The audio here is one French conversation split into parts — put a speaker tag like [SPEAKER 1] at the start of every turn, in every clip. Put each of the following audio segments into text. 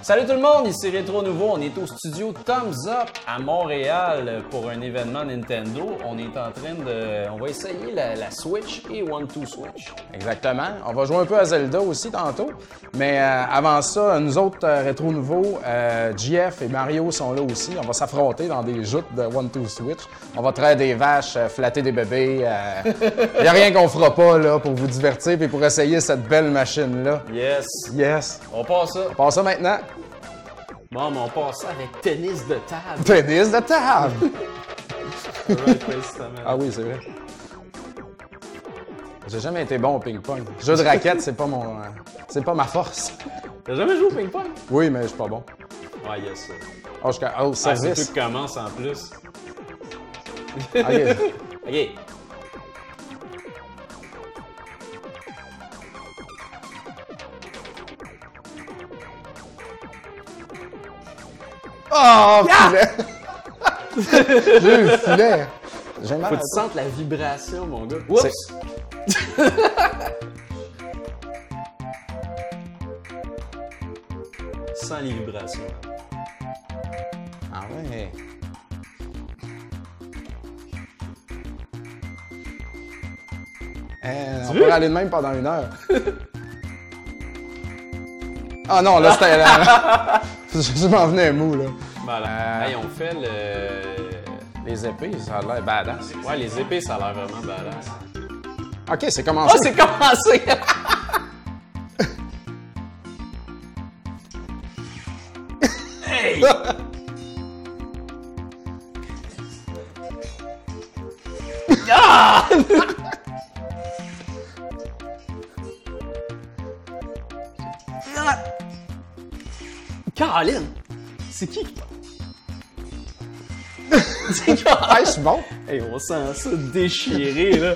[SPEAKER 1] Salut tout le monde, ici Rétro Nouveau. On est au studio Thumbs Up à Montréal pour un événement Nintendo. On est en train de. On va essayer la, la Switch et One Two Switch.
[SPEAKER 2] Exactement. On va jouer un peu à Zelda aussi tantôt. Mais euh, avant ça, nous autres, euh, Rétro Nouveau, euh, GF et Mario sont là aussi. On va s'affronter dans des joutes de One Two Switch. On va traire des vaches, euh, flatter des bébés. Il n'y a rien qu'on fera pas là, pour vous divertir et pour essayer cette belle machine-là.
[SPEAKER 1] Yes!
[SPEAKER 2] Yes.
[SPEAKER 1] On passe ça.
[SPEAKER 2] Passe ça maintenant.
[SPEAKER 1] Bon, mais on passe ça avec tennis de table.
[SPEAKER 2] Tennis de table.
[SPEAKER 1] Right, précisément.
[SPEAKER 2] Ah oui, c'est vrai. J'ai jamais été bon au ping-pong. Jeu de raquette, c'est pas mon. euh, c'est pas ma force.
[SPEAKER 1] T'as jamais joué au ping-pong?
[SPEAKER 2] Oui, mais je suis pas bon.
[SPEAKER 1] Ouais, yes. ça.
[SPEAKER 2] Oh, je suis ca- oh,
[SPEAKER 1] Ah, c'est tout
[SPEAKER 2] service.
[SPEAKER 1] qui commence en plus.
[SPEAKER 2] Ok.
[SPEAKER 1] OK.
[SPEAKER 2] Oh, filet! J'ai eu le filet! J'ai mal
[SPEAKER 1] Faut
[SPEAKER 2] à
[SPEAKER 1] que tu
[SPEAKER 2] ça.
[SPEAKER 1] sentes la vibration, mon gars.
[SPEAKER 2] C'est-
[SPEAKER 1] Oups! Sans les vibrations.
[SPEAKER 2] Ah ouais. Eh, on
[SPEAKER 1] veux?
[SPEAKER 2] peut aller de même pendant une heure. Ah non, là, c'était... là, je je m'en venais mou, là.
[SPEAKER 1] Voilà.
[SPEAKER 2] Euh.
[SPEAKER 1] Hey, on fait le.
[SPEAKER 2] Les épées, ça a l'air badass.
[SPEAKER 1] Ouais, les épées, ça a l'air vraiment badass.
[SPEAKER 2] OK, Ah, c'est commencé.
[SPEAKER 1] Ah, commencé! hey! Ah! Caroline! C'est qui? C'est Caroline!
[SPEAKER 2] Hey, je suis bon.
[SPEAKER 1] Hey, on sent ça déchiré, là!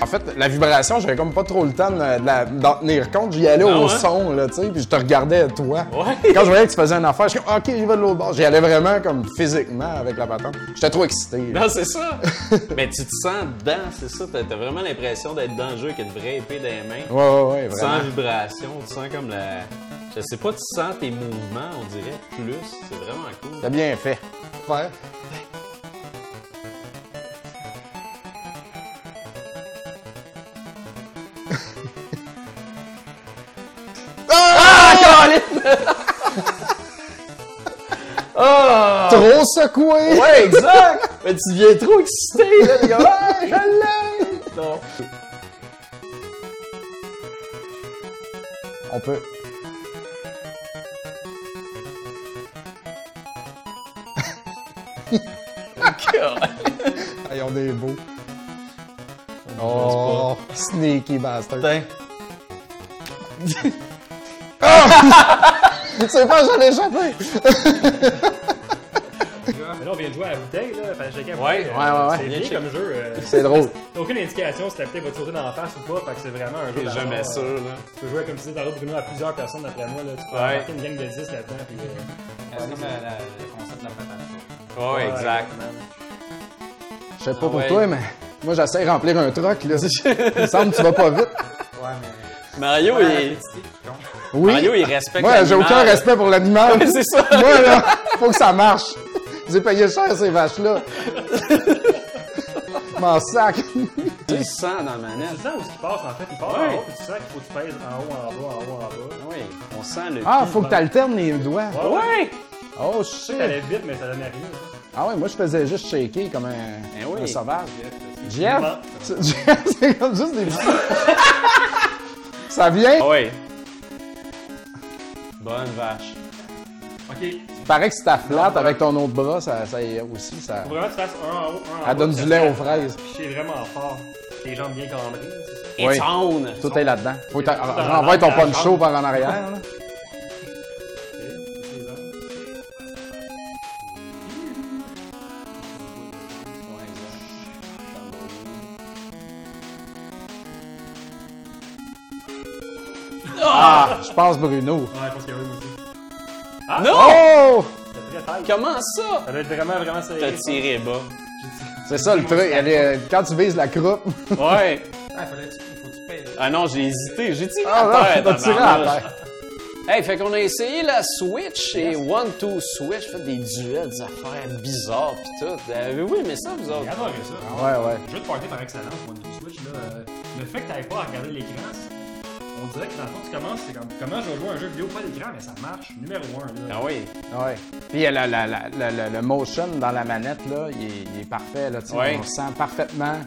[SPEAKER 2] En fait, la vibration, j'avais comme pas trop le temps de la- d'en tenir compte. J'y allais
[SPEAKER 1] Ah
[SPEAKER 2] au
[SPEAKER 1] ouais?
[SPEAKER 2] son, là, tu sais, puis je te regardais, toi.
[SPEAKER 1] Ouais.
[SPEAKER 2] Quand je voyais que tu faisais une affaire, je suis comme, OK, j'y vais de l'autre bord. J'y allais vraiment, comme, physiquement avec la patente. J'étais trop excité. là.
[SPEAKER 1] Non, c'est ça. Mais tu te sens dedans, c'est ça. T'as t'as vraiment l'impression d'être dans le jeu avec une vraie épée dans les mains.
[SPEAKER 2] Ouais, ouais, ouais,
[SPEAKER 1] Sans
[SPEAKER 2] vraiment.
[SPEAKER 1] vibration, tu sens comme la... Je sais pas, tu sens tes mouvements, on dirait, plus. C'est vraiment cool.
[SPEAKER 2] T'as bien fait. Ouais.
[SPEAKER 1] Ah!
[SPEAKER 2] Trop secoué!
[SPEAKER 1] Ouais, exact! Mais tu deviens trop excité, là, les gars.
[SPEAKER 2] Ah, je l'ai!
[SPEAKER 1] Non.
[SPEAKER 2] On peut. Hey, on est beau. Oh, sneaky bastard.
[SPEAKER 1] Putain.
[SPEAKER 2] C'est pas, j'allais échapper.
[SPEAKER 3] Mais là, on vient de jouer à la bouteille, là. Fait que chacun a
[SPEAKER 1] Ouais,
[SPEAKER 3] bouteille,
[SPEAKER 2] ouais, ouais, ouais.
[SPEAKER 3] C'est
[SPEAKER 1] Viens
[SPEAKER 3] bien
[SPEAKER 1] checker.
[SPEAKER 3] comme jeu. euh,
[SPEAKER 2] C'est drôle.
[SPEAKER 3] T'as aucune indication si la bouteille va te sauter dans la face ou pas. Fait que c'est vraiment un jeu.
[SPEAKER 1] T'es
[SPEAKER 3] d'amour,
[SPEAKER 1] jamais
[SPEAKER 3] euh,
[SPEAKER 1] sûr, là.
[SPEAKER 3] Tu peux jouer, comme tu disais, Taro Bruno à plusieurs personnes d'après moi, là. Tu peux
[SPEAKER 1] Ouais.
[SPEAKER 3] embarquer une gang de 10 là-dedans. Puis, euh,
[SPEAKER 4] C'est comme la- la- le concept de la patate chaude.
[SPEAKER 1] Ouais, exact.
[SPEAKER 2] Je sais pas pour
[SPEAKER 1] Ah ouais.
[SPEAKER 2] toi, mais moi, j'essaie de remplir un truck, là. Il me semble que tu vas pas vite.
[SPEAKER 4] Ouais, mais.
[SPEAKER 1] Mario, il...
[SPEAKER 2] Oui.
[SPEAKER 1] Mario, il respecte
[SPEAKER 2] Moi, j'ai
[SPEAKER 1] l'animal.
[SPEAKER 2] aucun respect pour l'animal.
[SPEAKER 1] c'est ça.
[SPEAKER 2] Moi, là, faut que ça marche. J'ai payé cher ces vaches-là. M'en sac.
[SPEAKER 1] Tu le sens dans la manette.
[SPEAKER 3] Tu sens où ce qui passe, en fait. Il part
[SPEAKER 1] Ouais.
[SPEAKER 3] en haut, puis tu sens qu'il faut que tu pèses en haut, en bas, en haut, en bas.
[SPEAKER 1] Oui, on sent le...
[SPEAKER 2] Ah, faut que t'alternes les doigts.
[SPEAKER 1] Ouais!
[SPEAKER 2] Oh
[SPEAKER 3] Tu
[SPEAKER 2] shit.
[SPEAKER 3] allais vite, mais ça donnait rien. là.
[SPEAKER 2] Ah ouais, moi, je faisais juste shaker comme un,
[SPEAKER 1] Eh oui.
[SPEAKER 2] un sauvage. Jeff,
[SPEAKER 3] Bon.
[SPEAKER 2] c'est- Jeff, c'est comme juste des petits... Ça vient?
[SPEAKER 1] Ah ouais. Bonne vache.
[SPEAKER 3] Ok.
[SPEAKER 2] Paraît que si t'as flatte avec ton autre bras, ça, ça y est aussi, ça...
[SPEAKER 3] Faut vraiment que tu fasses un en haut, un en bas.
[SPEAKER 2] Ça donne
[SPEAKER 3] puis
[SPEAKER 2] du
[SPEAKER 3] ça
[SPEAKER 2] lait
[SPEAKER 3] se
[SPEAKER 2] aux fraises.
[SPEAKER 3] Picher vraiment fort. Tes jambes bien cambrées, là, c'est ça.
[SPEAKER 2] Oui.
[SPEAKER 1] It's on!
[SPEAKER 2] Tout est là-dedans. Faut que t'a-
[SPEAKER 3] Tout est
[SPEAKER 2] renvoie ton
[SPEAKER 3] dans la
[SPEAKER 2] poncho
[SPEAKER 3] jambe.
[SPEAKER 2] par en arrière. là. Ah, je pense Bruno.
[SPEAKER 3] Ouais, je pense qu'il y a un aussi.
[SPEAKER 1] Non!
[SPEAKER 2] Oh!
[SPEAKER 3] C'est très tight.
[SPEAKER 1] Ah, Comment ça?
[SPEAKER 3] Ça doit être vraiment, vraiment serré.
[SPEAKER 1] T'as tiré bas.
[SPEAKER 2] C'est ça le truc. elle est- quand tu vises la croupe,
[SPEAKER 1] Ouais.
[SPEAKER 4] Ah, il fallait que tu- il faut que tu pèses.
[SPEAKER 1] Ah non, j'ai hésité. J'ai tiré
[SPEAKER 2] Ah
[SPEAKER 1] à
[SPEAKER 2] non,
[SPEAKER 1] terre.
[SPEAKER 2] t'as tiré à
[SPEAKER 1] tabarnak.
[SPEAKER 2] terre.
[SPEAKER 1] Hey, fait qu'on a essayé la Switch et One Two Switch, fait des duels, des affaires bizarres pis tout. Avez-vous aimé ça, vous
[SPEAKER 3] J'ai
[SPEAKER 1] autres?
[SPEAKER 3] adoré ça.
[SPEAKER 2] Ah Ouais, ouais.
[SPEAKER 3] Le jeu de party par excellence, pour une Switch, là, euh, le fait que t'ailles pas à regarder l'écran, c'est- on dirait que dans le fond, tu commences, c'est comme comment je vais jouer à un jeu vidéo pas d'écran, mais ça marche, numéro un. Là.
[SPEAKER 1] Ah oui.
[SPEAKER 2] Ouais. Puis euh, la- la- la- la- la- le motion dans la manette, là, il est, il est parfait. Là, tu sais,
[SPEAKER 1] Ouais.
[SPEAKER 2] On sent parfaitement.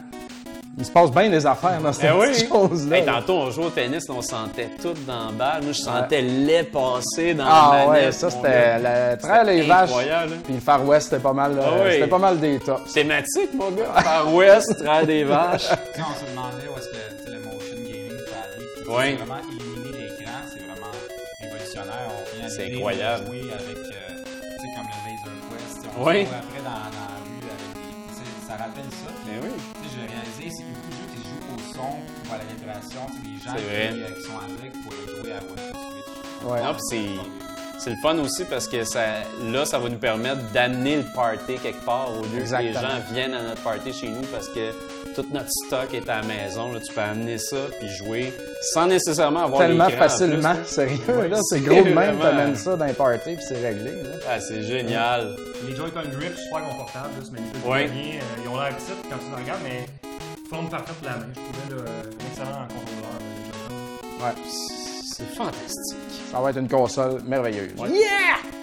[SPEAKER 2] Il se passe bien des affaires dans cette
[SPEAKER 1] Eh oui.
[SPEAKER 2] petite chose-là.
[SPEAKER 1] Hey,
[SPEAKER 2] là.
[SPEAKER 1] tantôt, on jouait au tennis, on sentait tout dans la balle. Moi, je sentais lait passer dans la
[SPEAKER 2] ah
[SPEAKER 1] manette.
[SPEAKER 2] ouais, ça
[SPEAKER 1] mon
[SPEAKER 2] c'était
[SPEAKER 1] gars.
[SPEAKER 2] le trail les
[SPEAKER 1] C'était
[SPEAKER 2] vaches.
[SPEAKER 1] incroyable, hein.
[SPEAKER 2] Puis le Far West c'était pas mal euh,
[SPEAKER 1] Ah oui.
[SPEAKER 2] c'était pas mal des tops.
[SPEAKER 1] Thématique, mon gars. Par ouest, trail des vaches.
[SPEAKER 4] Tu sais, on se demandait où est-ce que tu sais, le motion gaming peut aller. Puis,
[SPEAKER 1] Ouais.
[SPEAKER 4] C'est vraiment éliminer l'écran, c'est vraiment révolutionnaire. On vient
[SPEAKER 1] C'est
[SPEAKER 4] aller
[SPEAKER 1] incroyable.
[SPEAKER 4] jouer avec, euh, tu sais, comme le Laser Quest. tu sais, On
[SPEAKER 1] Ouais.
[SPEAKER 4] se retrouve après dans, dans la rue euh, avec des. tu sais, Ça rappelle ça. Puis,
[SPEAKER 1] Mais oui.
[SPEAKER 4] tu sais, j'ai réalisé, c'est beaucoup de jeux qui se jouent au son ou à la vibration. Tu sais, Les gens
[SPEAKER 1] C'est vrai.
[SPEAKER 4] qui, euh, qui sont avec pourraient jouer à One Switch.
[SPEAKER 2] Ouais.
[SPEAKER 1] Non, pis Ah, c'est- c'est le fun aussi parce que ça, là, ça va nous permettre d'amener le party quelque part au lieu que les
[SPEAKER 2] Exactement.
[SPEAKER 1] gens viennent à notre party chez nous parce que tout notre stock est à la maison. Là, tu peux amener ça puis jouer sans nécessairement avoir
[SPEAKER 2] Tellement
[SPEAKER 1] l'écran en plus,
[SPEAKER 2] facilement,
[SPEAKER 1] là.
[SPEAKER 2] sérieux
[SPEAKER 1] Ouais,
[SPEAKER 2] là, c'est
[SPEAKER 1] c'est
[SPEAKER 2] gros de même,
[SPEAKER 1] vraiment-
[SPEAKER 2] t'amènes ça dans les parties puis c'est réglé. là.
[SPEAKER 1] Ah, c'est génial.
[SPEAKER 3] Les Joy-Con Grip, super confortables, là, se manipulent
[SPEAKER 1] Ouais.
[SPEAKER 3] bien. euh, ils ont l'air petits quand tu les regardes, mais forme parfaite pour la main. Je trouvais là, euh, un excellent contrôleur. euh, de Joy-Con.
[SPEAKER 2] Ouais.
[SPEAKER 1] C'est fantastique.
[SPEAKER 2] Ça va être une console merveilleuse.
[SPEAKER 1] Yeah!